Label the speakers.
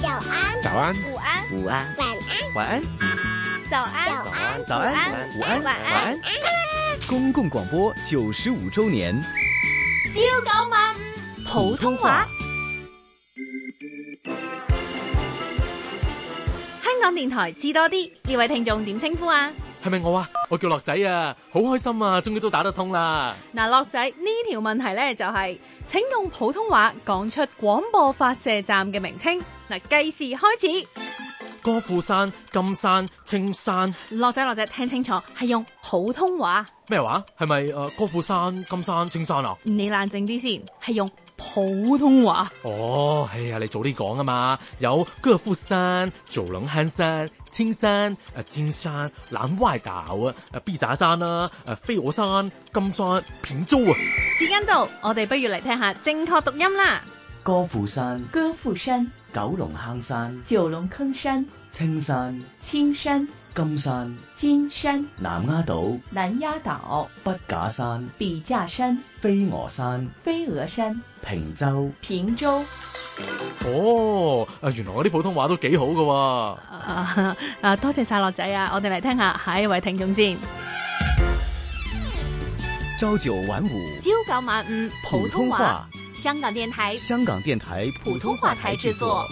Speaker 1: 早安，
Speaker 2: 午安，
Speaker 3: 午安，
Speaker 4: 晚安，
Speaker 3: 晚安，
Speaker 2: 早安，
Speaker 4: 早安
Speaker 3: 早安，午安，
Speaker 2: 晚
Speaker 3: 晚
Speaker 2: 安
Speaker 3: 安。公共广播九十五周年，
Speaker 2: 朝九晚五普通話。香港電台知多啲，呢位聽眾點稱呼啊？
Speaker 5: 係咪我啊？我叫樂仔啊，好開心啊，終於都打得通啦！
Speaker 2: 嗱，樂仔呢條問題呢就係、請用普通話講出廣播發射站嘅名稱。嗱，計時開
Speaker 5: 歌賦山、金山、青山，
Speaker 2: 始，樂仔樂仔聽清楚，係用普通話。
Speaker 5: 咩話？係咪誒歌賦山、金山、青山啊？
Speaker 2: 你冷靜啲先，係用普通話。
Speaker 5: 哦，哎呀，你早啲講啊嘛！有歌賦山、九龍坑山、青山、誒尖山、懶歪島啊、誒 B 炸山啦、誒飛鵝山、金山、片租啊！
Speaker 2: 時間到，我哋不如嚟聽下正確讀音啦。
Speaker 6: 歌賦山、
Speaker 7: 歌賦山、
Speaker 6: 九龍坑山、
Speaker 7: 九龍坑山、
Speaker 6: 青山、
Speaker 7: 青山、
Speaker 6: 金山、
Speaker 7: 金山、
Speaker 6: 南丫島、
Speaker 7: 南丫島、
Speaker 6: 筆架山、
Speaker 7: 筆架山、
Speaker 6: 飛鵝山、
Speaker 7: 飛鵝山、
Speaker 6: 平洲。
Speaker 7: 平洲。
Speaker 5: 哦，誒原來我啲普通話都幾好噶喎、
Speaker 2: 啊啊！多謝晒樂仔啊！我哋嚟聽下下一位聽眾先。
Speaker 3: 朝九晚五，
Speaker 2: 朝九晚五，普通話。香港電台
Speaker 3: 香港电台普通话台制作。